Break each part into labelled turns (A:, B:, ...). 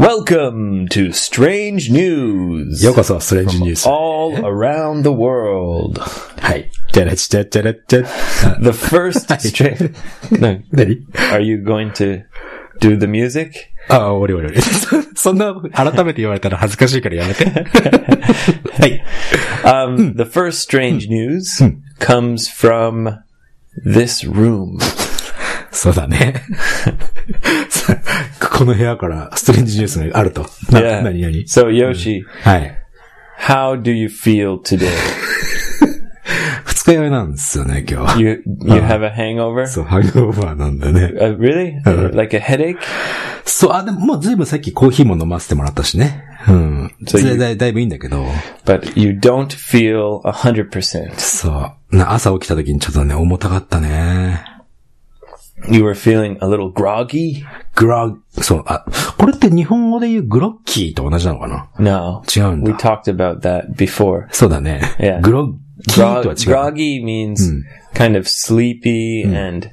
A: Welcome to Strange News
B: ようこそ、ストレンジニュース。
A: all around the world.
B: はい。じゃらちゃちゃらちゃ。
A: The first strange. No,
B: 何
A: are you going to do the music?
B: ああ、終わり終わり終わり。そんな、改めて言われたら恥ずかしいからやめて。はい。
A: Um, the first strange news comes from this room.
B: そうだね。この部屋から、ストレンジニュースがあると。な、
A: Yeah.
B: なになに
A: So Yoshi,
B: はい。
A: how do you feel today?
B: 二日酔いなんですよね、今日。
A: You you have a hangover?
B: そう、ハングオーバーなんだね。
A: Uh, really? Like a headache?
B: そう、あ、でも、まあ、ずいぶんさっきコーヒーも飲ませてもらったしね。うん。
A: そ
B: そ
A: ういう
B: れだいだいぶいいんだけど、
A: But you don't feel 100%.
B: そう。な朝起きた時にちょっとね、重たかったね。
A: You were feeling a little groggy?
B: グラ、そう、あ、これって日本語で言うグロッキーと同じなのかな
A: No.
B: 違うん
A: We
B: だ。
A: talked about that before.
B: そうだね。
A: Yeah.
B: グロッキー
A: Grog-
B: とは違う。
A: groggy means kind of sleepy and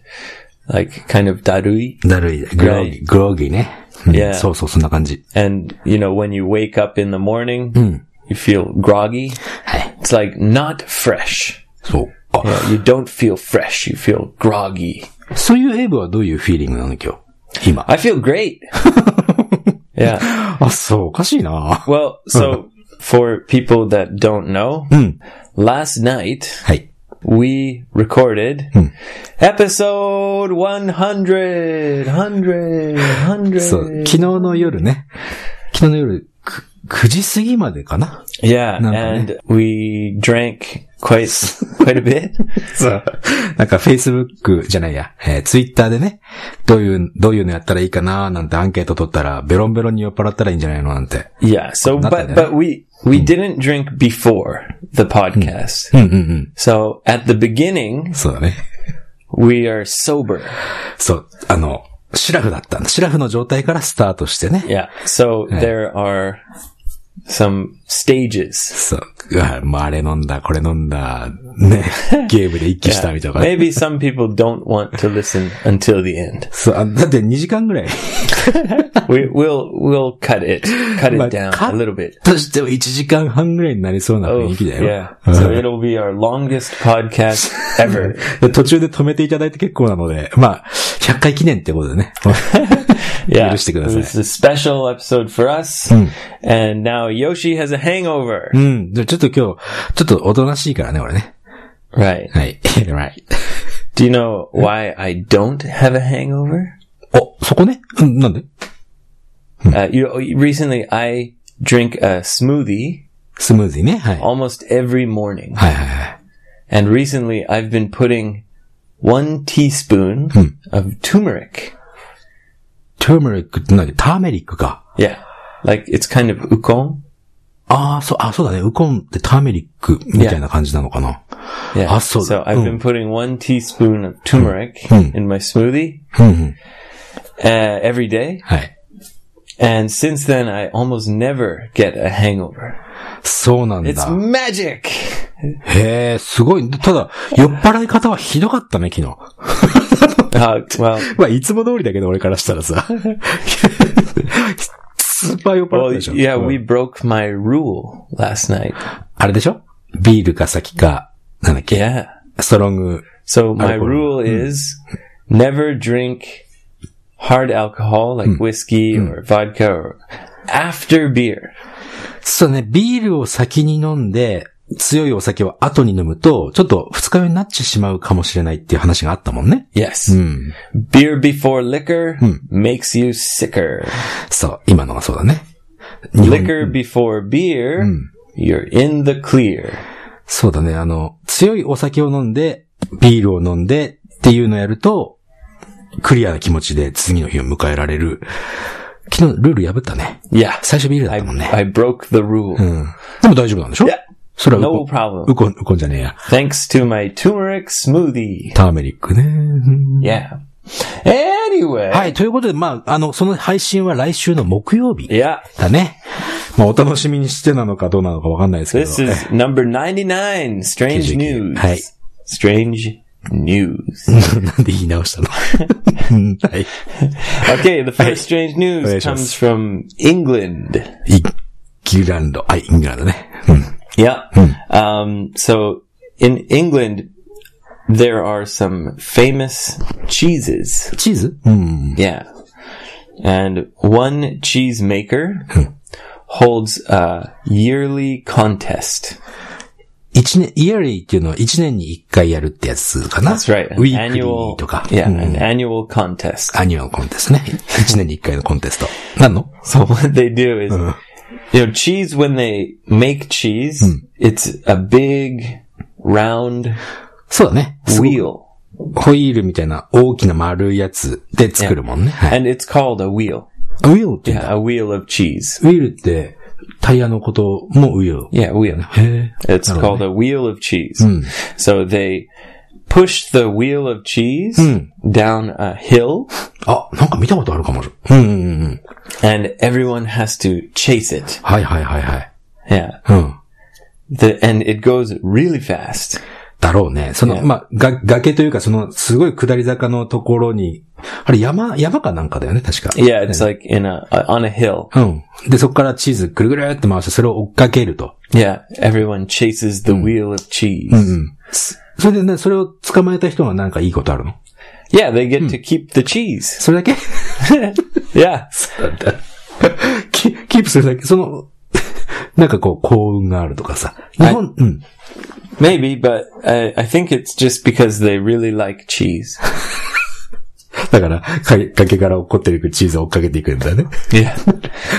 A: like kind of darui.
B: だるい。グロギ、グロギね。うん
A: Yeah.
B: そうそう、そんな感じ。
A: And you know, when you wake up in the morning, you feel groggy.
B: はい。
A: It's like not fresh.
B: そう。あ
A: Yeah, you don't feel fresh. You feel groggy.
B: そういうエイブはどういうフィーリングなの今日。今。
A: I feel great. yeah.
B: あ、そう、おかしいな。
A: Well, so for people that don't know, last night
B: はい。
A: we recorded episode 100, 100, 100.
B: そう、昨日の夜ね。昨日の夜、く9時過ぎまでかな
A: Yeah,
B: no,
A: and we drank quite quite a bit.
B: そう。なんか Facebook じゃないや、えー、Twitter でね、どういう、どういうのやったらいいかなーなんてアンケート取ったら、ベロンベロンに酔っ払ったらいいんじゃないのなんて。
A: Yeah, so
B: Not
A: but
B: that,
A: but we we didn't drink before the podcast. So at the beginning,
B: そうだね。
A: we are sober.
B: そう、あの、シラフだったんだ。シラフの状態からスタートしてね。
A: Yeah. So there are some stages.
B: そう。うわ、もうあれ飲んだ、これ飲んだ、 ね。ゲームで一気したみたいな。
A: Maybe some people don't want to listen until the end.
B: そう、あだって2時間ぐ らい。
A: We will we'll cut it cut
B: My
A: it down
B: cut-
A: a little bit.
B: としても1時間半ぐらいになりそうな
A: Oh,
B: 雰囲気だよ。
A: yeah.
B: うん
A: So it'll be our longest podcast ever.
B: で途中で止めていただいて結構なので、まあ、100回記念ってことでね。
A: Yeah,
B: 許してください。
A: This is a special episode for us, and now Yoshi has a hangover.
B: うん。じゃあちょっと今日、ちょっとおとなしいからね、俺ね。
A: Right?
B: はい。right.
A: Do you know why I don't have a hangover?
B: お、そこねうん、なんで
A: Uh, you recently I drink a smoothie
B: スムーズにね。はい。はい
A: almost every morning,
B: はいはい。
A: and recently I've been putting one teaspoon of turmeric.
B: トゥーメリックって何ターメリックか。
A: Yeah, like it's kind of ukon.
B: ああ、そう、あ、そうだね。ウコンってターメリックみたいな感じなのかな。
A: Yeah.
B: Ah, so-
A: so I've been putting one teaspoon of turmeric in my smoothie
B: うんうん。
A: uh, every day.
B: はい。
A: And since then, I almost never get a hangover.
B: そうなん
A: It's
B: だ。
A: magic!
B: へえ、すごい。ただ、酔っ払い方はひどかったね、昨日。
A: Uh, well,
B: まあ、いつも通りだけど、俺からしたらさ。スーパー酔っ払っ
A: well,
B: たでしょ。
A: yeah,
B: うん
A: we broke my rule last night.
B: あれでしょビールか先か、なんだっけ
A: Yeah.
B: ストロング。
A: So my
B: Alcohol.
A: rule is never drink hard alcohol like whiskey or vodka or after beer.
B: そうね、ビールを先に飲んで、強いお酒を後に飲むと、ちょっと二日酔いになってしまうかもしれないっていう話があったもんね。
A: Yes. Beer before liquor makes you sicker.
B: そう、今のはそうだね。日本
A: Liquor before beer, you're in the clear.
B: そうだね、あの、強いお酒を飲んで、ビールを飲んでっていうのをやると、クリアな気持ちで次の日を迎えられる。昨日ルール破ったね。
A: Yeah.
B: 最初ビールだったもんね。
A: I broke the rule.
B: うん。でも大丈夫なんでしょ
A: Yeah.
B: それは
A: No
B: ウコン、
A: problem.
B: ウコン、ウコンじゃねえや。
A: Thanks to my turmeric smoothie.
B: ターメリックね。うん
A: Yeah. Anyway.
B: はい、ということで、まあ、あの、その配信は来週の木曜日
A: Yeah.
B: だね。まあ、お楽しみにしてなのかどうなのかわかんないですけど。
A: This is number 99, Strange
B: Kijiki.
A: News.
B: Hi.
A: Strange news.
B: なんで言い直したの うんはい。
A: Okay, the first strange news
B: お願いします。
A: comes from England.
B: イギランド。あ、イングランドね。うん。
A: Yeah. Um, so in England, there are some famous cheeses.
B: チーズうん。
A: Yeah. And one cheese maker holds a yearly contest.
B: 一年、イヤリーっていうのは一年に一回やるってやつかな
A: That's right.
B: ウィークリーとか。
A: yeah,
B: うん
A: an annual contest.
B: アニュアルコンテストね。一年に一回のコンテスト。何の
A: So what they do is, you know, cheese, when they make cheese, it's a big round
B: そうだね。すごい
A: wheel.
B: ホイールみたいな大きな丸いやつで作るもんね。はい。
A: And it's called a wheel.
B: ウィルって言うんだ
A: A wheel of cheese.
B: ウィルってタイヤのこともウィル。
A: Yeah, wheel.
B: へ
A: It's called a wheel of cheese. So they push the wheel of cheese down a hill
B: ーあ、なんか見たことあるかもしれん。うんうんうんうん。
A: and everyone has to chase it.
B: はいはいはいはい。
A: Yeah.
B: うん。
A: The, and it goes really fast.
B: だろうね。その、まあ、が、崖というか、その、すごい下り坂のところに、あれ山、山かなんかだよね、確か。
A: Yeah, it's like in a, uh, on a hill.
B: うん。で、そこからチーズぐるぐるって回して、それを追っかけると。
A: Yeah, everyone chases the wheel of cheese.
B: それでね、それを捕まえた人がなんかいいことあるの
A: Yeah, they get to keep the cheese.
B: それだけ
A: Yeah.
B: キキープするだけ、その、 なんかこう、幸運があるとかさ。日本、うん。
A: Maybe, but I, I think it's just because they really like cheese.
B: だから、か崖から落っこってくるチーズを追っかけていくんだよね。
A: Yeah.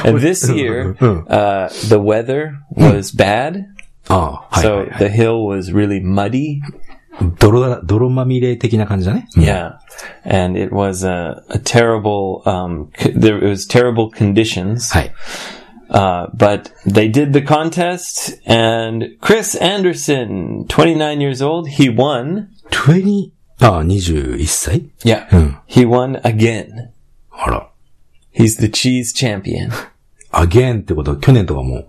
A: And this year, uh, the weather was bad.
B: ああ、はいは
A: So
B: いはい。
A: the hill was really muddy.
B: 泥だ、泥まみれ的な感じだね。うん
A: Yeah. And it was a, a terrible, um, c- there it was terrible conditions.
B: はい。
A: Uh, but they did the contest and Chris Anderson, 29 years old, he won.
B: 20、ああ、21歳
A: Yeah. He won again.
B: あら。
A: He's the cheese champion.
B: アゲンってことは去年とかも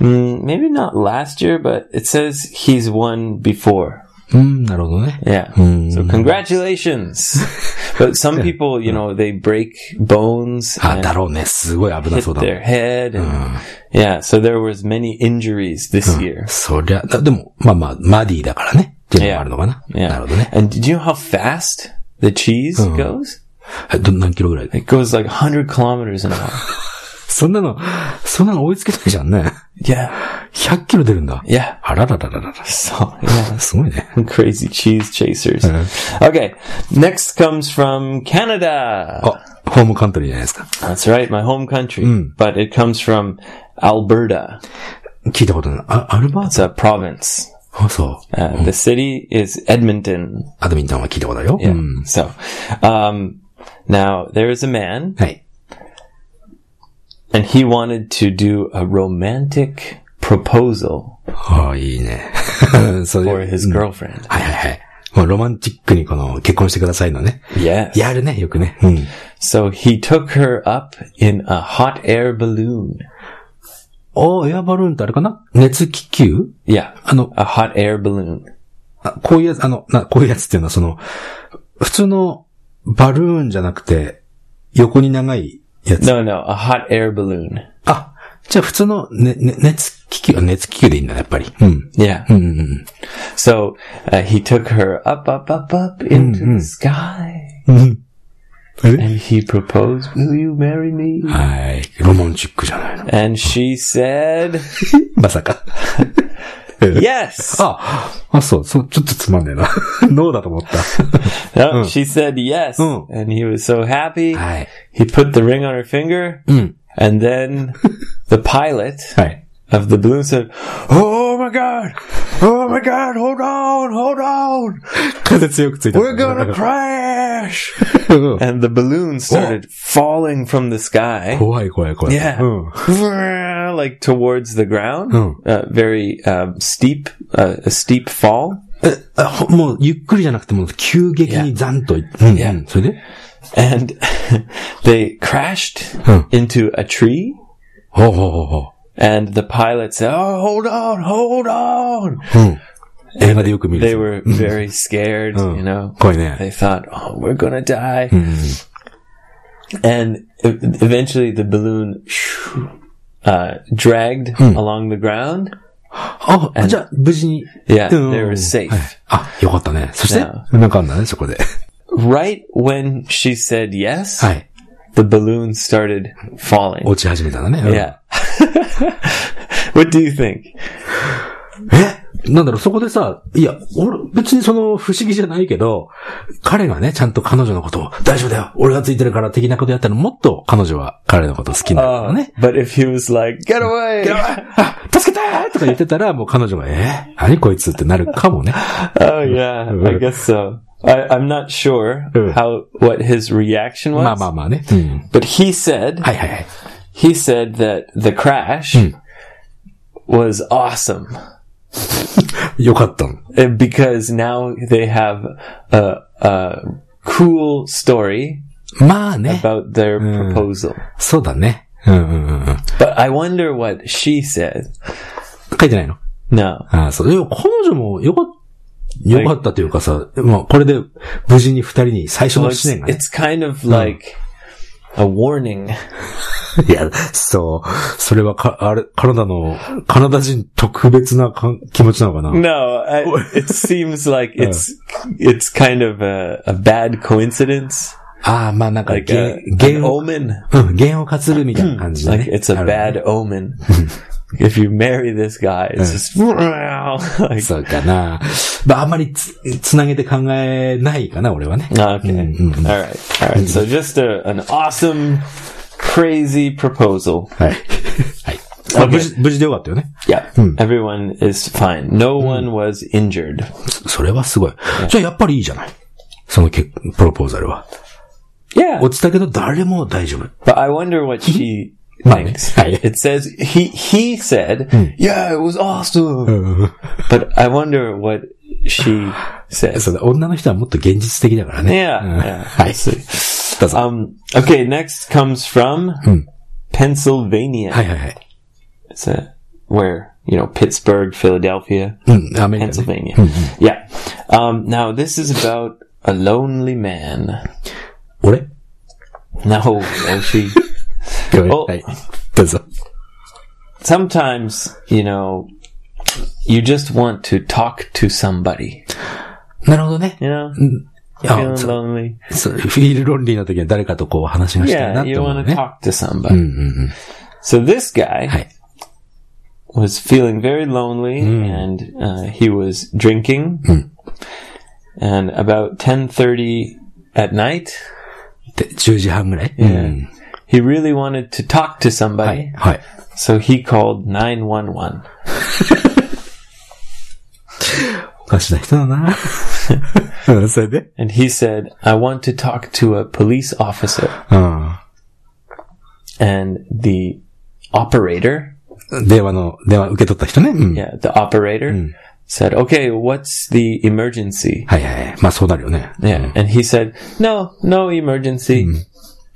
A: Mm, maybe not last year, but it says he's won before.
B: う。うん、なるほどね。
A: Yeah. So congratulations. but some people, you know, they break bones
B: あ、
A: and
B: だろうね。すごい危なそう
A: hit
B: だ。
A: their head. And, Yeah. So there was many injuries this year.
B: そりゃ、だでも、まあまあ、マディだからね。っていうのもあるのかな。
A: Yeah.
B: なるほどね。
A: And did you know how fast the cheese goes?
B: はいど、何キロぐらい
A: It goes like 100 kilometers an hour.
B: そんなの、そんなの追いつけないじゃんね。
A: yeah.
B: 100キロ出るんだ。
A: Yeah.
B: あらららららら。
A: So, yeah.
B: すごいね。
A: Crazy cheese chasers. Okay. Next comes from Canada.
B: あ、ホームカントリーじゃないですか。
A: That's right. My home country. But it comes from Alberta.
B: 聞いたことない。あ、アルバート
A: It's a province.
B: あ、そう。
A: Uh, The city is Edmonton.
B: アドミントンは聞いたことあるよ。うん。
A: So, um, now there is a man,
B: はい。
A: and he wanted to do a romantic proposal
B: ああ、いいね。 そういう。
A: for
B: はい
A: his girlfriend.
B: はいはい。もうロマンチックにこの、結婚してくださいのね。
A: Yes.
B: やるね、よくね。うん。
A: So he took her up in a hot air balloon.
B: ああ、エアバルーンってあれかな熱気球
A: Yeah,
B: あの、
A: a hot air balloon.
B: あこういうやつ、あの、な、こういうやつっていうのはその、普通のバルーンじゃなくて、横に長いやつ。
A: No, no, a hot air balloon.
B: あ、じゃあ普通の、ね、ね、熱気球、あ熱気球でいいんだね、やっぱり。うん。
A: Yeah. So uh, he took her up, up, up, up into the sky,
B: あれ
A: and he proposed, "Will you marry me?"
B: はい。ロマンチックじゃないの。
A: And she said,
B: まさか。
A: Yes.
B: あ、あ、そう、そう、ちょっとつまんねえな。 ノーだと思った。
A: No, She said yes.
B: Mm.
A: And he was so happy.
B: はい。
A: He put the ring on her finger. And then the pilot
B: はい。
A: of the balloon said, Oh my God. Oh my God. Hold on. Hold on.
B: 風強くついた。
A: We're going to crash.
B: うん
A: And the balloon started falling from the sky.
B: 怖い怖い怖い。
A: Yeah.
B: うん。
A: Like towards the ground.
B: Mm.
A: Uh, very um, steep, uh, a steep fall.
B: え、あほもう、ゆっくりじゃなくて、もう、急激にザンと。うんうん。それで
A: And they crashed
B: Mm.
A: into a tree.
B: ほうほうほうほ
A: And the pilot said, Oh, hold on, hold on.
B: う。うん。映画でよく見る
A: They
B: や
A: were very scared,
B: つ。うん
A: you know.
B: 怖いね。
A: They thought, oh, we're gonna die.
B: うん。
A: And e- eventually the balloon uh, dragged along the ground.
B: あ、じゃあ、無事に。
A: Yeah,
B: うん
A: they were safe.
B: はいあ、よかったね。そして、
A: な
B: なんかあんだね、そこ で。
A: Right when she said yes,
B: はい。
A: the balloon started falling.
B: 落ち始めたんだね。うん
A: Yeah. what do you think?
B: えなんだろう、そこでさ、いや、俺、別にその、不思議じゃないけど、彼がね、ちゃんと彼女のことを、大丈夫だよ俺がついてるから的なことやったら、もっと彼女は彼のこと好きになるか
A: Uh,
B: らね。
A: But if he was like, get away!
B: あ、助けてーとか言ってたら、もう彼女が、え何こいつってなるかも ね。
A: Oh yeah, I guess so. I, I'm not sure
B: Mm.
A: how what his reaction
B: まあ
A: was,
B: まあまあね。うん。
A: but he said
B: はいはいはい。
A: he said that the crash was awesome
B: よかったの。
A: uh, because now they have a, a cool story
B: まあね。
A: about their proposal.
B: そうだね。うんうんうんうん。
A: But I wonder what she said.
B: 書いてないの
A: No,
B: ああ、そう。でも彼女もよかった、よかったというかさ、まあこれで無事に二人に最初の
A: Well,
B: 試
A: it's,
B: 練がね。
A: it's kind of like a warning.
B: いや、そう。それはか、あれ、カナダの、カナダ人特別なかん気持ちなのかな
A: No, I, it seems like it's it's kind of a, a bad coincidence.
B: ああ、まあなんか、
A: like a, an
B: げ弦を、
A: omen.
B: うん、弦を担るみたいな感じだ
A: Like
B: ね。
A: it's a
B: ある
A: bad omen. if you marry this guy, it's just like
B: そうかな。まあ、あんまりつ、つなげて考えないかな、俺はね。
A: okay. All right, all right. So just a, an awesome, crazy proposal.
B: はい。はい。まあ、無事、無事でよかったよね。
A: Yeah, everyone is fine. No one was injured.
B: そそれはすごい。じゃあ、やっぱりいいじゃない。その結、プロポーザルは。
A: Yeah,
B: 落ちたけど、誰も大丈夫。
A: but I wonder what she. Thinks.
B: Right.
A: It says he he said, "Yeah, it was awesome." but I wonder what she said.
B: そうだ、女の人はもっと現実的だからね。
A: Yeah,
B: うん
A: yeah.
B: はい。どうぞ。
A: Um, okay, next comes from Pennsylvania.
B: はいはいはい。
A: It's a, where, you know, Pittsburgh, Philadelphia,
B: うん、アメリカ
A: Pennsylvania.
B: ね。
A: Yeah. Um, now, this is about a lonely man.
B: 俺
A: No, Yoshi.
B: ごめん
A: お
B: はい。どうぞ。
A: Sometimes, you know, you just want to talk to somebody,
B: なるほどね。
A: you know?
B: あ
A: Feeling
B: そう
A: lonely.
B: そうフィールロンリーの時は誰かとこう話がしたい
A: Yeah,
B: なって
A: you
B: 思う
A: want to
B: ね。
A: talk to somebody.
B: うんうんうん。
A: So this guy
B: Hi.
A: was feeling very lonely, and uh, he was drinking. And about ten thirty at night,
B: で、10時半ぐらいうん。
A: he really wanted to talk to
B: は
A: somebody,
B: い。はい。
A: so he called nine one one.
B: おかしな人 だな。うん、それで
A: And he said, "I want to talk to a police officer."
B: う
A: And the operator,
B: ん。電話の、電話受け取った人ね。うん。
A: yeah, the operator said, "Okay, what's the emergency?"
B: はいはいはい。まあそうなるよね。
A: Yeah, and he said, "No, no emergency."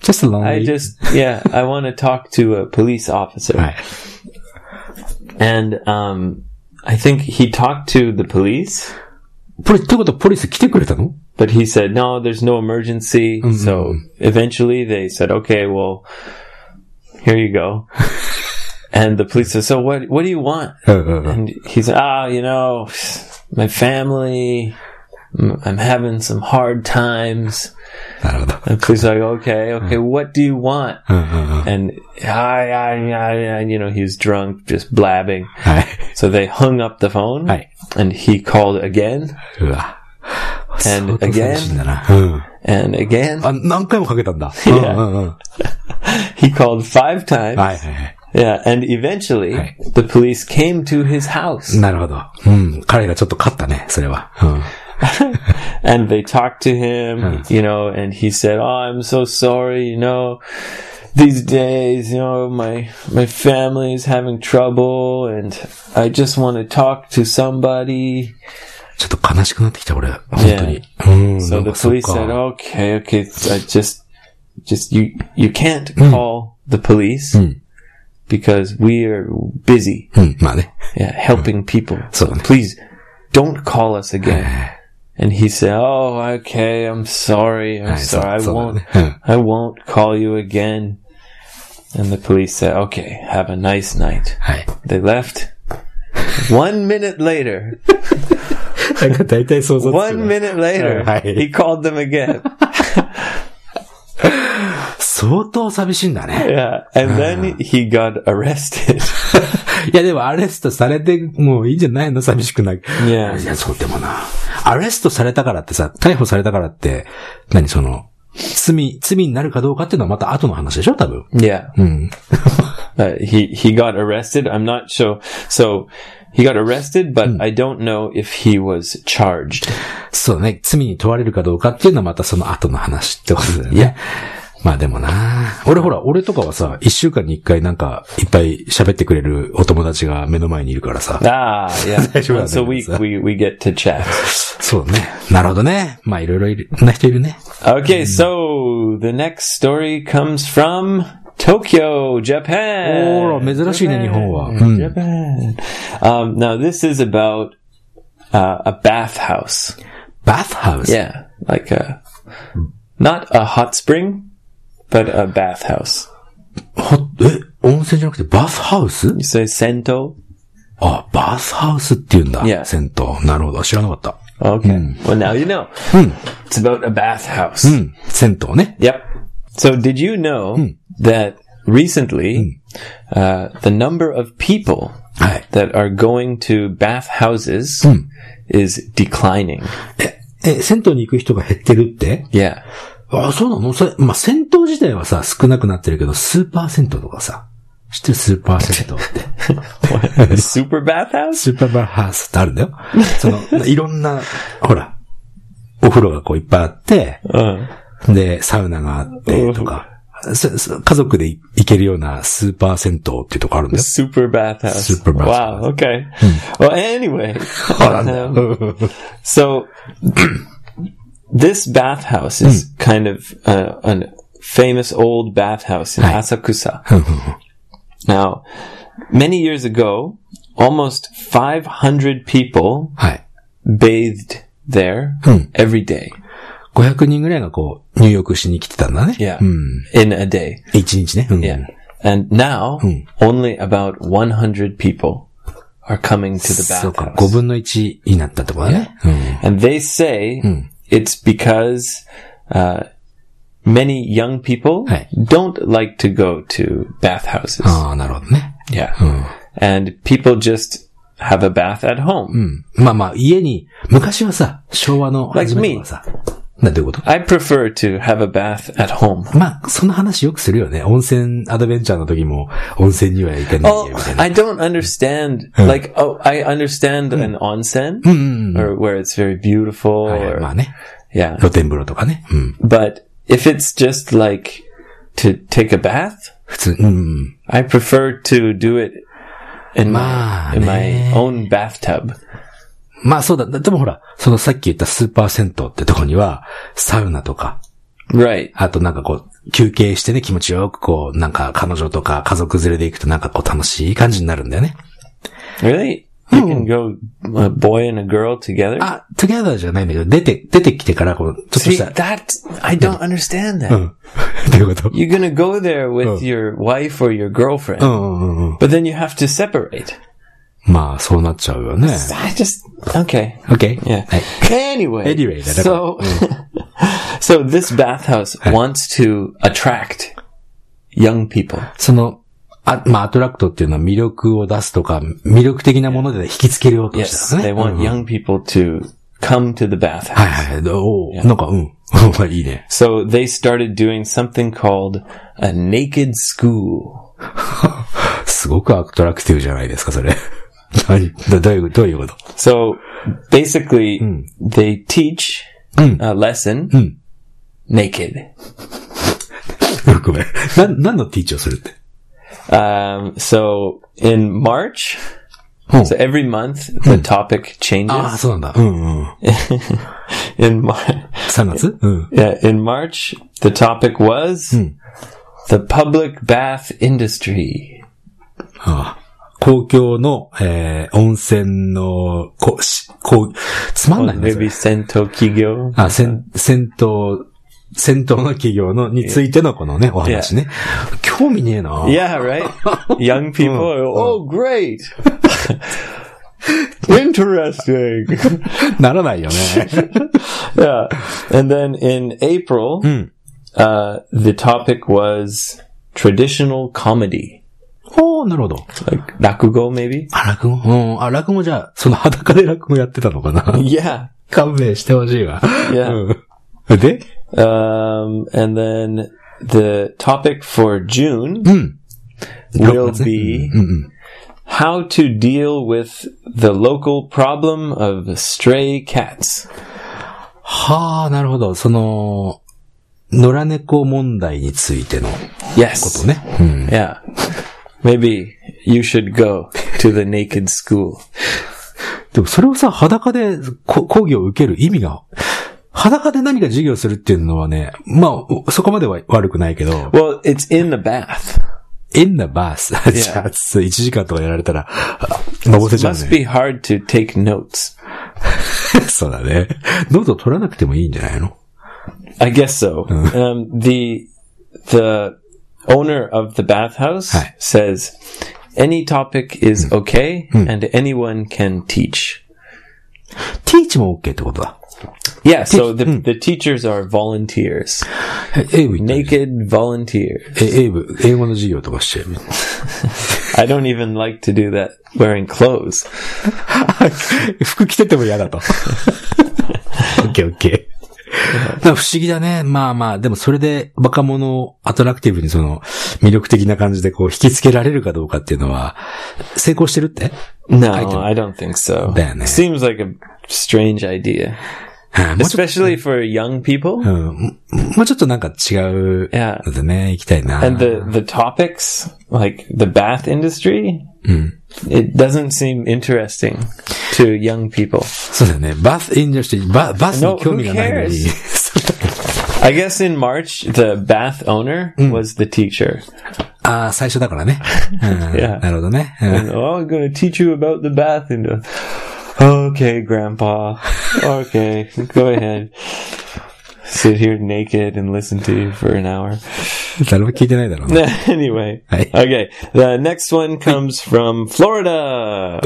B: just a
A: I
B: lonely.
A: just, yeah, I want to talk to a police officer.
B: はい。
A: And, um, I think he talked to the police,
B: ポリ、ということはポリス来てくれたの
A: but he said, no, there's no emergency. So eventually they said, okay, well, here you go. and the police said, so what, what do you want?
B: うんうんうん。
A: And he said, ah, you know, my family, m- I'm having some hard times.
B: なるほど。
A: And the police are like, okay, okay, what do you want?
B: うんうんうん。
A: And I, I, I, I, you know, he was drunk, just blabbing.
B: はい。
A: So they hung up the phone,
B: はい。
A: and he called again
B: うわ。
A: and
B: 相当寂しいん
A: again
B: だな。うん。
A: and again.
B: あ、何回もかけたんだ。うんう
A: Yeah.
B: んうん。は
A: He called five
B: い
A: times.
B: はいはい。
A: Yeah, and eventually
B: Right. Mm.
A: the police came to his house
B: なるほど。うん。彼がちょっと勝ったね、それは。うん。
A: and they talked to him, you know, and he said, "Oh, I'm so sorry, you know, these days, you know, my my family is having trouble and I just want to talk to somebody."
B: ちょっと悲しくなってきた、俺。本当に。うん。
A: So
B: なん
A: the
B: かそっ
A: police
B: か
A: said, "Okay, okay, I just, just you, you can't call the police because we are busy,
B: うん、まあね。
A: Hmm. yeah, helping people. So
B: So-
A: please don't call us again.
B: え
A: And he said, oh, okay, I'm sorry,
B: ーは
A: I'm
B: い、そう
A: sorry, I
B: そうだ
A: won't,
B: ねうん。
A: I won't call you again. And the police said, okay, have a nice night.
B: はい。
A: They left. One minute later,
B: なんか大体想像つくな
A: one minute later,
B: Right.
A: he called them again.
B: 相当寂しいんだね。
A: Yeah. And then he got arrested.
B: いや、でもアレストされてもういいんじゃないの寂しくない。
A: いや
B: いや、そうでもな。アレストされたからってさ、逮捕されたからって、何その、罪、罪になるかどうかっていうのはまた後の話でしょ多分。
A: Yeah.
B: うん。
A: Uh, he he got arrested. I'm not sure. So he got arrested, but I don't know if he was charged.
B: そうだね。罪に問われるかどうかっていうのはまたその後の話ってことだよね。いや。まあでもな俺ほら、俺とかはさ、一週間に一回なんか、いっぱい喋ってくれるお友達が目の前にいるからさ。
A: Ah, yeah.
B: Sure,
A: Once a week
B: that's-
A: we we get to chat.
B: そうね。なるほどね。まあいろいろいる、な人いるね。
A: Okay, so the next story comes from Tokyo, Japan.
B: おー珍しいね、日本は。う
A: Japan.
B: ん。
A: Japan. Um, now this is about uh, a bathhouse.
B: バスハウス。
A: Yeah, like a not a hot spring, but a bathhouse.
B: ほえ、温泉じゃなくてバスハウス
A: You say sento.
B: あ、バスハウスって言うんだ。
A: Yeah.
B: 銭湯。なるほど。知らなかった。
A: Okay. Well, now you know. It's about a bathhouse.
B: うん。銭湯ね。
A: Yep. So, did you know that recently uh, the number of people
B: はい。
A: that are going to bathhouses is declining?
B: え、銭湯に行く人が減ってるって
A: Yeah.
B: あ、そうなのそれ、まあ、銭湯自体はさ、少なくなってるけど、スーパー銭湯とかさ、知ってるスーパー銭湯って。
A: What, a super bathhouse?
B: スーパーバーハウスってあるんだよ。その、いろんな、ほら、お風呂がこういっぱいあって、
A: Uh,
B: で、サウナがあってとか、そそ家族で行けるようなスーパー銭湯っていうとこあるんだよ。
A: super bathhouse.
B: Super
A: Wow.
B: bathhouse. Hmm.
A: Okay. Well, anyway. Um,
B: あなんだよ
A: So this bathhouse is
B: Hmm.
A: kind of uh, a famous old bathhouse in Asakusa.
B: Hmm.
A: Now, many years ago, almost 500 people
B: はい。
A: bathed there
B: Hmm.
A: every day.
B: 500人ぐらいがこう、入浴しに来てたんだね。
A: Yeah.
B: うん。
A: In a day.
B: 1日ね。うん。
A: Yeah. And now,
B: Hmm.
A: only about 100 people are coming to the
B: そうか、5
A: bathhouse.
B: 分の1になったとこだね。うん。
A: And they say it's because uh, many young people
B: Hey. Oh.
A: don't like to go to bathhouses.
B: ああ、なるほどね。
A: Yeah. And people just have a bath at home.
B: Hmm. まあまあ、家に、昔はさ、昭和の
A: Like
B: 初めとかさ、な、どういうこと
A: I prefer to have a bath at home.
B: まあ、その話よくするよね。温泉アドベンチャーの時も、温泉には行かないよ、み
A: Oh,
B: たいな。
A: I don't understand. Like, oh, I understand an onsen or where it's very beautiful
B: まあ
A: or,
B: ね、
A: yeah.
B: 露天風呂とかね。うん。
A: But if it's just like to take a bath,
B: 普通、うん。
A: I prefer to do it in my,
B: Ma,
A: in my
B: ne.
A: own bathtub.
B: まあそうだ。でもほら、そのさっき言ったスーパー銭湯ってとこには、サウナとか、
A: Right.
B: あとなんかこう、休憩してね、気持ちよくこう、なんか彼女とか家族連れで行くとなんかこう楽しい感じになるんだよね。
A: Really? You can go a boy and a girl together?
B: あ、トゥギャダーじゃないんだけど、出て、出てきてからこう、ちょっと
A: See,
B: した、
A: that, Oh. I don't understand that.
B: うん。どういうこと
A: You're gonna go there with
B: Mm.
A: your wife or your
B: う
A: girlfriend,
B: んうんうんうん。
A: but then you have to separate.
B: まあ、そうなっちゃうよね。
A: I just, okay.
B: OK?
A: Yeah.
B: はい。
A: Anyway.
B: Anyway, that-
A: so, so this bathhouse wants to attract young people.
B: その、あ、まあ、アトラクトっていうのは魅力を出すとか、魅力的なもので引きつけようと
A: Yes. Mm-hmm.
B: したのね。
A: They
B: う
A: want
B: ん
A: young people to come to the bathhouse.
B: はいはい。おーなんか、うん。 いいね。
A: So they started doing something called a naked school.
B: すごくアトラクティブじゃないですか、それ。 何どどういう、どういうこと
A: So basically, they teach a lesson naked.
B: ごめん。な、何のティーチをするって。
A: Um, so in March,
B: Oh.
A: so every month the topic
B: ああ、
A: changes.
B: そうなんだ。うんうん。
A: In Mar-
B: 3月うん。
A: yeah, in March, the topic was the public bath industry.
B: ああ公共の、えー、温泉の、こし、こう、つまんないんですよ
A: maybe 戦闘企 業。
B: あ、戦、戦闘、戦闘の企業の、についてのこのね、お話ね。興味ねえな。
A: Yeah, right? Young people are, oh, great! Interesting!
B: ならないよ ね。
A: yeah. And then in April, uh, the topic was traditional comedy.
B: おー、なるほど。
A: Like rakugo, maybe?
B: あ、落語うん。あ、落語じゃあ、その裸で落語やってたのかな
A: Yeah.
B: 勘弁してほしいわ。
A: Yeah.
B: うん。で
A: Um, and then the topic for June will
B: Hmm.
A: be how to deal with the local problem of stray cats.
B: はあ、なるほど。その、野良猫問題についての
A: Yes.
B: ね。うん。
A: Yeah. Maybe you should go to the naked school.
B: でもそれをさ、裸でこ講義を受ける意味が、裸で何か授業するっていうのはね、まあ、そこまでは悪くないけど、
A: Well, it's in the bath.
B: in the bus 。じゃあ、1時間とかやられたら、あのぼせちゃう
A: Must
B: ね。
A: be hard to take notes.
B: そうだね。ノート取らなくてもいいんじゃないの
A: I guess so. Um, the the owner of the bathhouse
B: Hi.
A: says any topic is okay and anyone can teach.
B: teach も OK ってことだ。
A: Yeah, so the, the teachers are volunteers.
B: え、英語行った
A: Naked volunteers.
B: え、英語、英語の授業とかして。
A: I don't even like to do that wearing clothes.
B: 服着てても嫌 だと。オッケーオッケー。なんか不思議だね。まあまあ、でもそれで若者をアトラクティブにその魅力的な感じでこう引きつけられるかどうかっていうのは成功してるって
A: No, I don't think so.
B: Damn it.
A: Seems like a strange idea.
B: うんもうちょっ
A: Especially for young people.
B: と、うんもうちょっとなんか違う
A: や
B: のでね、行きたいな。
A: And the the topics like the bath industry, it doesn't seem interesting to young people.
B: そうだよね。バスインジャスティ、ババスに興味がないの
A: No,
B: に
A: who。I guess in March the bath owner was the teacher.
B: ああ、最初だからね。うん
A: や
B: なるほどね。うん
A: Oh, I'm going to teach you about the bath industry. Okay, grandpa. Okay, go ahead. Sit here naked and listen to you for an hour.
B: 誰も聞いてないだろうな。
A: anyway,
B: Hey.
A: okay. The next one comes from Florida,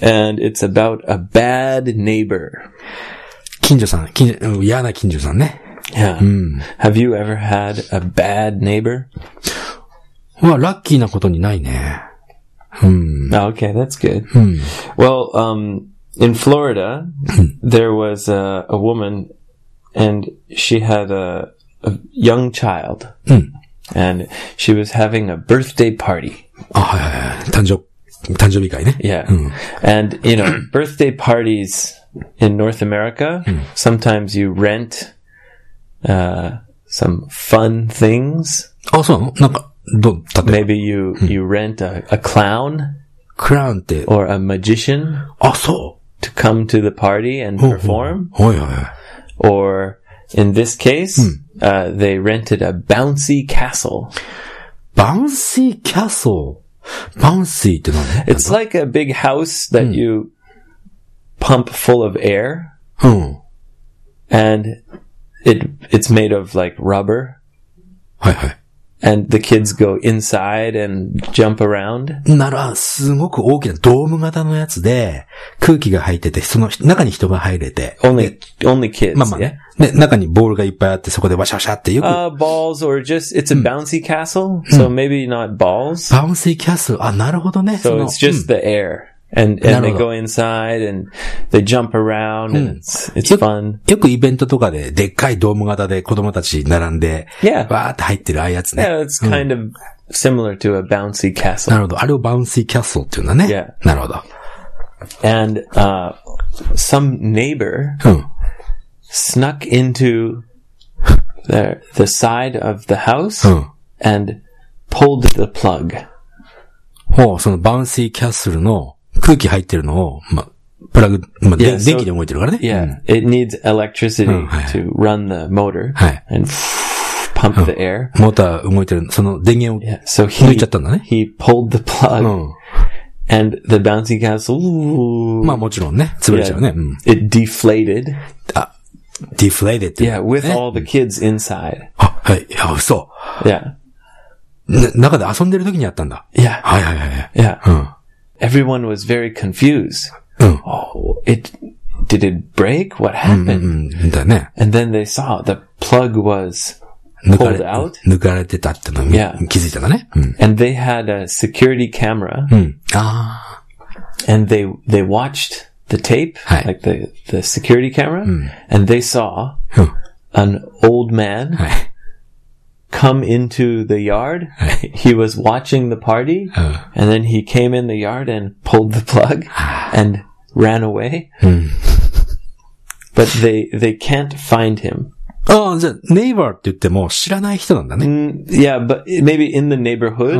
A: and it's about a bad neighbor.
B: 近所さん、近所、うん嫌な近所さんね。
A: Yeah. Have you ever had a bad neighbor?
B: まあ、ラッキーなことにないね。
A: Oh, okay, that's good. Well, um, in Florida, there was a, a woman, and she had a, a young child, and she was having a birthday party.
B: あ、はいはいはい。誕生、誕生日会ね。
A: Yeah. And, you know, birthday parties in North America, sometimes you rent uh, some fun things.
B: あ、そうなのなんか、どう、例えば、
A: Maybe you, you rent a, a clown
B: クラウンって、
A: or a magician
B: あ、そ
A: to come to the party and
B: う
A: perform.
B: はいはいはい。
A: Or in this case, uh, they rented a bouncy castle.
B: バウンシーキャッソー。バウンシーって何
A: It's like a big house that you pump full of air
B: うん。
A: and it, it's made of like rubber.
B: はいは
A: and the kids go inside and jump around.
B: い。なら、すごく大きなドーム型のやつで、空気が入ってて、その中に人が入れて、
A: Only only kids.
B: まあまあ
A: yeah.
B: ね。で、中にボールがいっぱいあって、そこでワシャワシャってよく、
A: Uh, balls or just it's a bouncy castle, so maybe not balls.
B: バウンシーキャッソー。あ、なるほどね。そ
A: So
B: の
A: it's just the air, and and they
B: Naruhodo.
A: go inside and they jump around and it's it's
B: よ
A: fun.
B: よくイベントとかで、でっかいドーム型で子供たち並んで、
A: Yeah.
B: わーって入ってるああいうやつね。
A: Yeah, it's kind of similar to a bouncy
B: な
A: castle,
B: るほど。あれをバウンシーキャッソルっていうんだね。
A: Yeah.
B: なるほど。
A: and uh, some neighbor
B: うん。
A: snuck into the the side of the house
B: うん。
A: and pulled the plug.
B: ほう、そのバウンシーキャッスルの空気入ってるのを、ま、プラグ、ま、で
A: Yeah, so-
B: 電気で動いてるからね。う
A: Yeah,
B: ん
A: Hmm. it needs electricity
B: Oh, hi.
A: to run the motor
B: Hi.
A: and pump the air.
B: モーター動いてる、その電源を
A: Yeah, so
B: 抜
A: he
B: いちゃったんだね。
A: Hmm. he pulled the plug
B: うん。
A: and the bouncy castle,
B: まあもちろんね、潰れちゃうね。うん。
A: it deflated. Eh.
B: あ、ディフレイデって。
A: Yeah, with
B: ね
A: all the kids inside.
B: あ、はい。いや、嘘。
A: Yeah,
B: ね中で遊んでる時にやったんだ。
A: yeah,
B: はいはいはいはい。
A: yeah.
B: う
A: Everyone was very confused.
B: ん。うん。
A: Oh, it did it break? What
B: う
A: happened?
B: んうん。だね。
A: And then they saw the plug was,
B: 抜かれ
A: Pulled out？
B: 抜かれてたってのを見
A: Yeah.
B: 気づいたんだね。うん。
A: and they had a security camera,
B: うん。あ
A: and they they watched the tape,
B: Hi.
A: like the the security camera, and they saw
B: あ。うん。
A: an old man
B: はい。
A: come into the yard.
B: Right.
A: He was watching the party,
B: Oh.
A: and then he came in the yard and pulled the plug and ran away. But they they can't find him.
B: ああ、じゃあ、ネイバーって言っても知らない人なんだね。
A: Mm, yeah, but maybe in the neighborhood,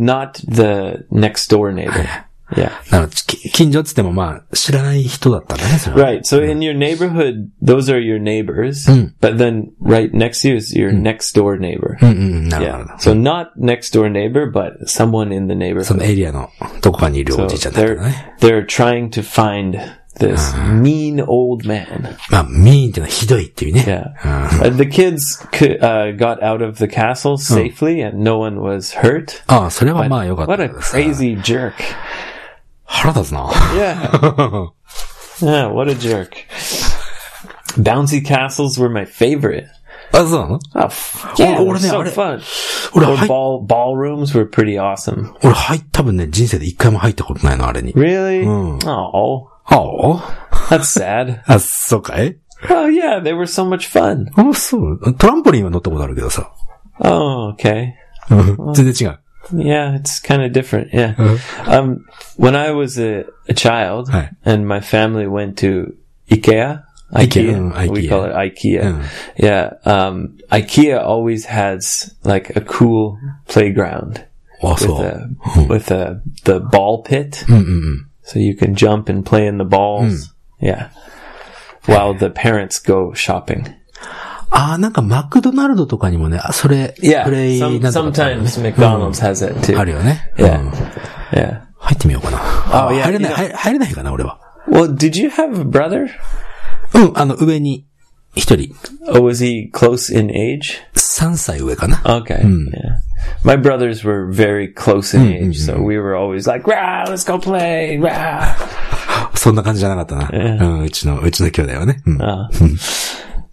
A: not the next door neighbor. Yeah.
B: なのき近所っつってもまあ、知らない人だったんだね、それは。
A: Right. So in your neighborhood, those are your neighbors, but then right next to you is your next door neighbor.
B: うんうん、なるほどなる
A: Yeah.
B: ほど。
A: So not next door neighbor, but someone in the
B: そ
A: neighborhood.
B: のエリアのどこかにいるお
A: So
B: じいちゃんだった
A: they're
B: らね。
A: they're trying to find this mean old man.
B: まあ、ミーンってのはひどいっていうね。
A: Yeah. Uh, the kids cou- uh, got out of the castle safely, and no one was hurt.
B: ああ、それはまあよかった
A: What a
B: です。
A: crazy jerk!
B: 腹立つな。
A: Yeah. yeah. What a jerk. Bouncy castles were my favorite.
B: あ、そうなの
A: Oh, f- yeah,
B: Or- or
A: they're
B: they-
A: so
B: or they-
A: fun.
B: 俺
A: Or
B: 入っ、
A: ball ballrooms were pretty awesome.
B: 俺入っ、多分ね、人生で一回も入ったことないの、あれに。
A: Really?
B: Mm.
A: Oh,
B: ああ
A: that's sad.
B: あ、そうかい
A: oh yeah, they were so much fun.
B: あ、そう。トランポリンは乗ったことあるけどさ。
A: Oh, okay.
B: うん全然違う。
A: Yeah, it's kind of different. Yeah.
B: Mhm.
A: Um, when I was a, a child
B: Right.
A: and my family went to Ikea,
B: Ikea, mm,
A: we
B: Ikea.
A: call it Ikea.
B: Mm.
A: Yeah. Um, Ikea always has like a cool playground
B: あ、
A: with
B: そう。
A: a, with a, the ball pit.
B: うんうんうん。
A: So you can jump and play in the
B: Mm.
A: balls. Yeah. While the parents go shopping.
B: ああ、なんかマクドナルドとかにもね、あ、それ、プレ
A: Yeah.
B: イ
A: Some,
B: なんとかってある
A: sometimes
B: Mm.
A: McDonald's has it too.
B: あるよね。
A: Yeah.
B: うん
A: Yeah.
B: 入ってみようかな。あ
A: いや
B: 入れない
A: い、や
B: 入れ入れないかな、俺は。
A: Well, did you have a brother?
B: うん、あの、上に、一人、
A: Oh, was he close in age?
B: 3歳上かな。
A: Okay. Yeah. My brothers were very close in age, so we were always like, rah, let's go play, rah.
B: そんな感じじゃなかったな。うん、うちの、うちの兄弟はね。うん。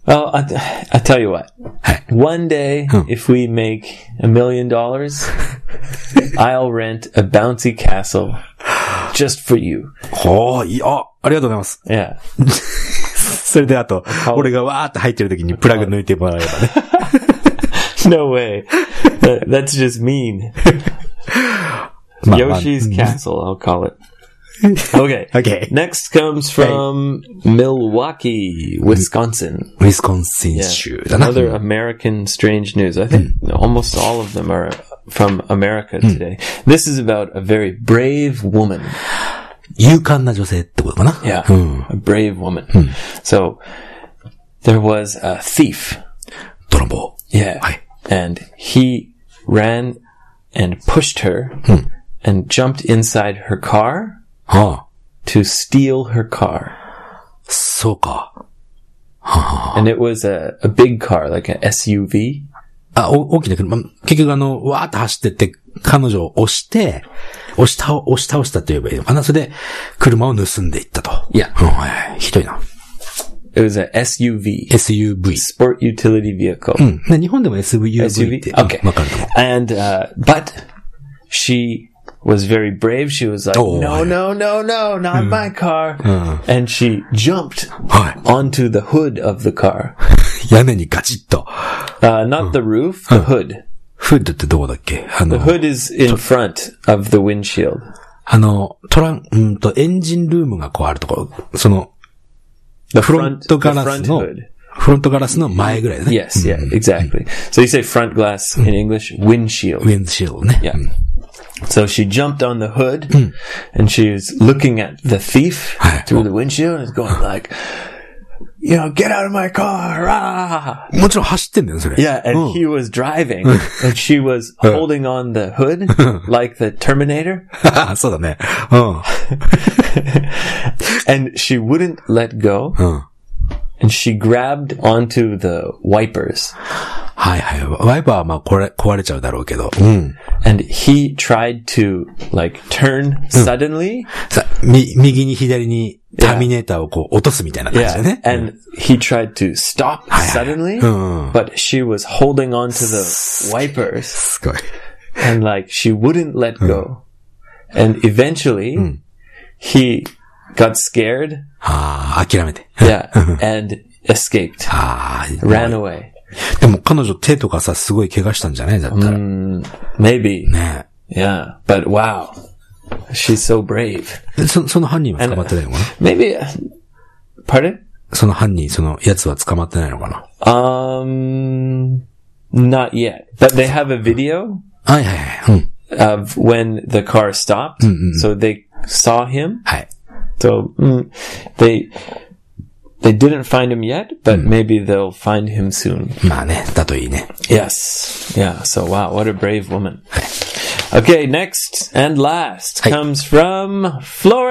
A: Well, I, I tell you what.
B: Hey.
A: One day, if we make a million dollars, I'll rent a bouncy castle just for you.
B: ほー、いい、あ、ありがとうございます。
A: Yeah.
B: それであと、俺がわーって入ってる時にプラグ抜いてもらえればね。
A: No way. That- that's just mean.
B: まあ
A: Yoshi's Castle, I'll call it. Okay.
B: Mm-hmm. Okay.
A: Next comes from Milwaukee, Wisconsin.
B: ウィスコンシン州だな。
A: Another American strange news. I think almost all of them are from America today. This is about a very brave woman.
B: 勇敢な女性ってことかな。
A: Yeah.
B: うん。
A: A brave woman. So there was a thief.
B: 泥棒。
A: Yeah.
B: Aye.
A: And he ran and pushed her and jumped inside her car
B: ああ、
A: to steal her car.
B: そうか。
A: And it was a, a big car, like an SUV.
B: あ、お大きな車。結局あの、わーって走ってって、彼女を押して、押し倒、押し倒したと言えばいいのかな。それで、車を盗んでいったと。
A: いや
B: うん、はいはい。ひどいな。
A: It was a SUV,
B: SUV。
A: sport utility vehicle.
B: うん。ね日本でも SUV
A: SUV?
B: って。
A: Okay.
B: うんわかると思う。
A: And, uh, but she was very brave. She was like,
B: Oh,
A: no,
B: yeah. Hmm.
A: no, no, no, not my car. And she jumped
B: は
A: onto the hood of the car.
B: い。屋根にガチッと。
A: Uh, not the roof, the hood.
B: フッドってどこだっけあの、
A: Hood is in front of the windshield.
B: あの、トラン、うんと、エンジンルームがこうあるところ、その、
A: The
B: フロン
A: front,
B: ト
A: the
B: ガラス
A: front
B: の、
A: hood.
B: フロントガラスの前ぐらいだね。
A: Yes, yeah, exactly. So you say front glass
B: Hmm.
A: in English, windshield.
B: ウィンドシールドね。
A: Yeah. So she jumped on the hood
B: Hmm.
A: and she was looking at the thief
B: Hi.
A: through the windshield and going like, you know, get out of my car. Ah!
B: もちろん走ってんだよね、それ。
A: Yeah, and
B: うん
A: he was driving, and she was holding on the hood like the Terminator,
B: そうだね。う
A: and she wouldn't let go,
B: ん。うん。
A: and she grabbed onto the wipers,
B: はいはい。ワイパーはまあこれ、壊れちゃうだろうけど。うん。
A: and he tried to like turn suddenly.
B: さ、み、右に左にターミネーターをこう落とすみたいな感じだ
A: Yeah,
B: ね。
A: and he tried to stop suddenly,
B: うん。
A: but she was holding on to the wipers.
B: すごい。
A: and like she wouldn't let go. And eventually he got scared.
B: ああ、諦めて。
A: Yeah. and escaped.
B: ああ、
A: Ran away.
B: でも彼女手とかさ、すごい怪我したんじゃないだったら。
A: Maybe.
B: ね
A: Yeah. But wow. She's so brave.
B: えそその犯人は捕まってないのかな
A: Maybe uh, pardon?
B: その犯人、その奴は捕まってないのかな
A: Um not yet. But they have a video
B: はいはいはい。うん。
A: of when the car stopped. So they saw him.
B: はい。
A: So mm, they they didn't find him yet, but maybe they'll find him soon.
B: まあね、だといいね。
A: Yes. Yeah. So wow, what a brave woman. Okay, next and last comes from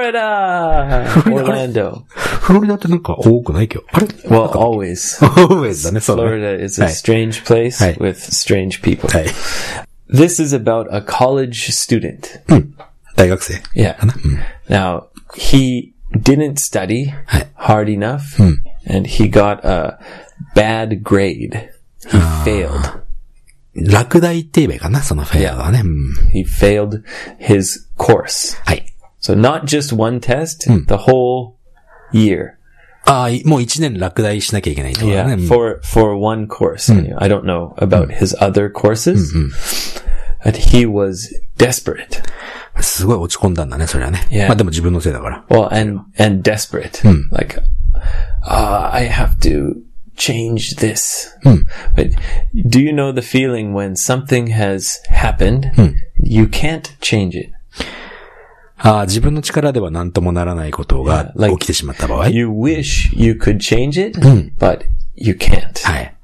A: Florida, Orlando.
B: フロリダってなんか多くない今日。あ れ
A: Well, always.
B: オーウェイズだね、そうだね。
A: Florida is a
B: はい
A: strange place
B: Hey.
A: with strange people.
B: はい。
A: This is about a college student.
B: Hmm. 大学生。
A: Yeah.
B: Hmm.
A: Now, he didn't study
B: Hey. Hmm.
A: hard enough and he got a bad grade. He
B: Ah.
A: failed.
B: 落第って言えばいいかな、そのフェアはね。うん。
A: He failed his course.
B: はい。
A: So not just one test, the whole year.
B: ああ、いもう一年落第しなきゃいけないってことだ
A: Yeah,
B: ね。うん
A: for for one course. I don't know about his other courses. But he was desperate.
B: すごい落ち込んだんだね、それはね。
A: Yeah.
B: まあでも自分のせいだから。
A: Well, and and desperate. Like, uh, I have to change this. But do you know the feeling when something has happened, you can't change it.
B: ああ、自分の力では何ともならないことが
A: Yeah, like-
B: 起きてしまった場合。
A: You wish you could change it, but you can't.
B: はい。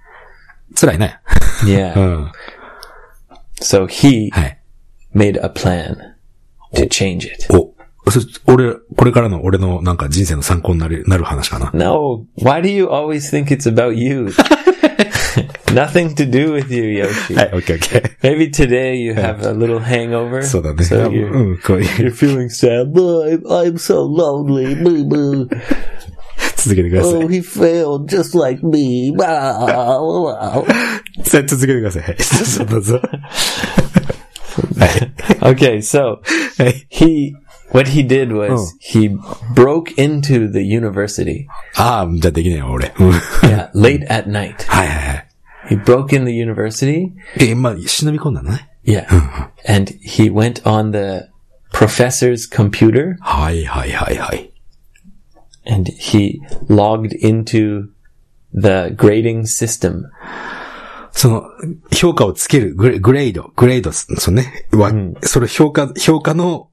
B: 辛いね。
A: Yeah.
B: うん。
A: So he
B: はい。
A: made a plan to change it.
B: お、そ俺、これからの俺のなんか人生の参考になる、なる話かな。
A: No, why do you always think it's about you? Nothing to do with you, Yoshi.
B: い、オッケーオッケー。
A: Maybe today you have a little hangover.
B: そうだね。
A: So
B: う
A: you're,
B: ん、こういう、
A: you're feeling sad. "Oh, I'm, I'm so lonely. Boo, boo.
B: 続けてくださ
A: Oh, he failed just like me. Wow, wow."
B: い。さあ、続けてください。はい。そうどうぞ。 はい。
A: okay, so
B: はい。
A: he, what he did was
B: Oh.
A: he broke into the university
B: ああ、じゃあできないわ、俺。うんはい
A: yeah, late at night.
B: はいはい。
A: He broke in the university
B: え、まあ、忍び込んだのね。
A: Yeah. and he went on the professor's computer
B: はいはいはいはい。
A: and he logged into the grading system.
B: その、評価をつけるグレ、グレード、グレードす、そうね。わ、それ評価、評価の、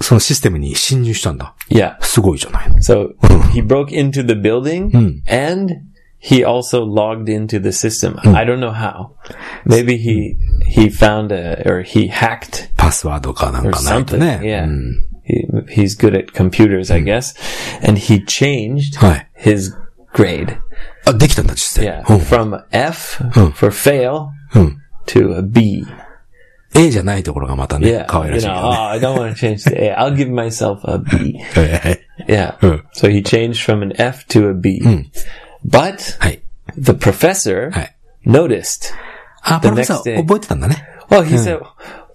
B: そのシステムに侵入したんだ。
A: Yeah.
B: すごいじゃないの。
A: So he broke into the building and he also logged into the system. I don't know how. Maybe he he found a or he hacked
B: パスワードかなんかない
A: something.
B: とね。
A: Yeah.
B: うん
A: He, he's good at computers, I guess. And he changed
B: Hi.
A: his grade.
B: あ、できたんだ、実際。
A: Yeah,
B: うん
A: from F for fail
B: Hmm.
A: to a B.
B: A じゃないところがまた
A: Yeah,
B: ね、可愛ら
A: you
B: しい
A: know,
B: よ
A: oh,
B: ね。
A: I don't want to change the A. I'll give myself a B.
B: はいはい
A: Yeah.
B: Hmm.
A: So he changed from an F to a B. But
B: はい。
A: the professor
B: はい。
A: noticed.
B: あ、パロフェさん
A: next day.
B: 覚えてたんだね。
A: Well, he said,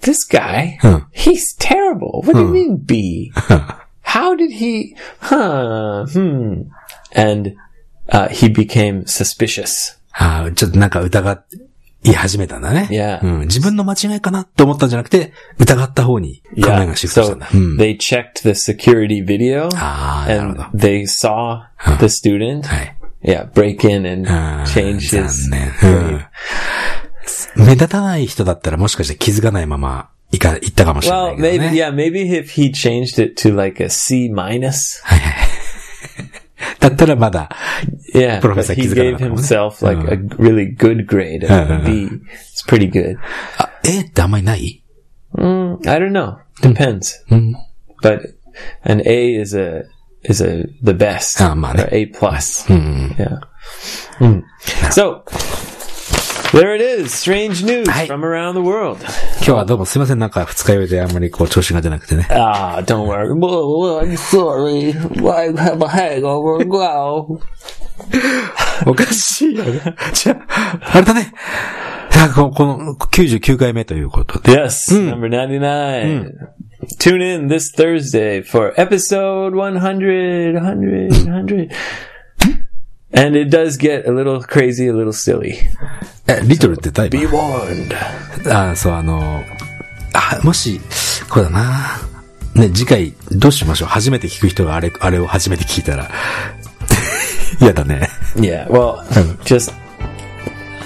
A: "This guy,
B: Hmm.
A: he's terrible. What do you mean B? How did he? Huh? Hmm." And uh, he became suspicious.
B: あーちょっとなんか疑っ、言い始めたんだね。
A: Yeah.
B: うん、自分の間違いかなと思ったんじゃなくて、疑った方に考え
A: Yeah.
B: がシフトした
A: So
B: んだ。うん
A: they checked the security video
B: ああ、なるほ
A: and
B: ど。
A: they saw the student,
B: はい。
A: yeah, break in
B: あ
A: and
B: ー
A: change
B: 残
A: his.
B: 念、うん目立たない人だったらもしかして気づかないまま、いか、行ったかもしれな
A: Well,
B: いけど
A: maybe
B: ね。
A: yeah, maybe if he changed it to like a C minus,
B: だったらまだ、
A: Yeah,
B: Profe
A: but he
B: Saki's
A: gave
B: got that one.
A: himself like a really good grade, a B. It's pretty good.
B: あ、A ってあんまりない
A: Mm, I don't know. Depends. But an A is a is a the best.
B: Ah, man.
A: Or A plus.
B: うん。
A: Yeah. Mm. So there it is. Strange news
B: Hi.
A: from around the world.
B: 今日はどうもすいません。なんか二日酔いであんまりこう調子が出なく てね。
A: Ah, don't worry. Well, well, I'm sorry. I have a hangover. Wow.
B: おかしいよね。じゃあ、あれだね。なんかここの99回目ということで。
A: Yes, number 99.
B: Hmm.
A: Tune in this Thursday for episode 100, 100, 100. And it does get a little crazy, a little silly.
B: え、リトルってタイプ
A: Be warned.
B: あそう、あの、あ、もし、こうだな。ね、次回、どうしましょう初めて聞く人があれ、あれを初めて聞いたら。 嫌だね。
A: Yeah, well,
B: Hmm.
A: just.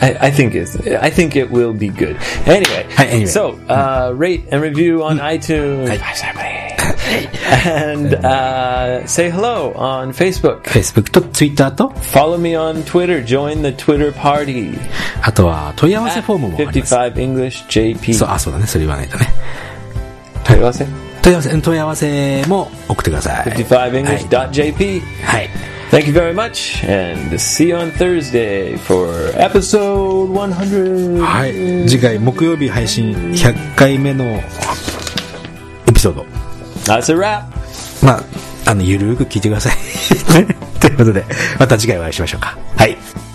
A: I, I think it's, I think it will be good. Anyway,
B: Hi, anyway.
A: so
B: Hmm.
A: uh, rate and review on iTunes, and uh, say hello on Facebook.
B: Facebook と Twitter と、
A: Follow me on Twitter. Join the Twitter party.
B: あとは問い合わせフォームもあります。
A: 55 English
B: そう、
A: JP.
B: あ、そうだね。それ言わないとね。
A: 55
B: 問い合わせ、問い合わせも送ってください。
A: English dot JP.
B: はい。
A: Thank you very much, and see you on Thursday for episode 100.
B: はい。次回木曜日配信100回目のエピソード。
A: That's a wrap.
B: ま あ、あの、ゆるーく聞いてください。ということで、また次回お会いしましょうか。はい。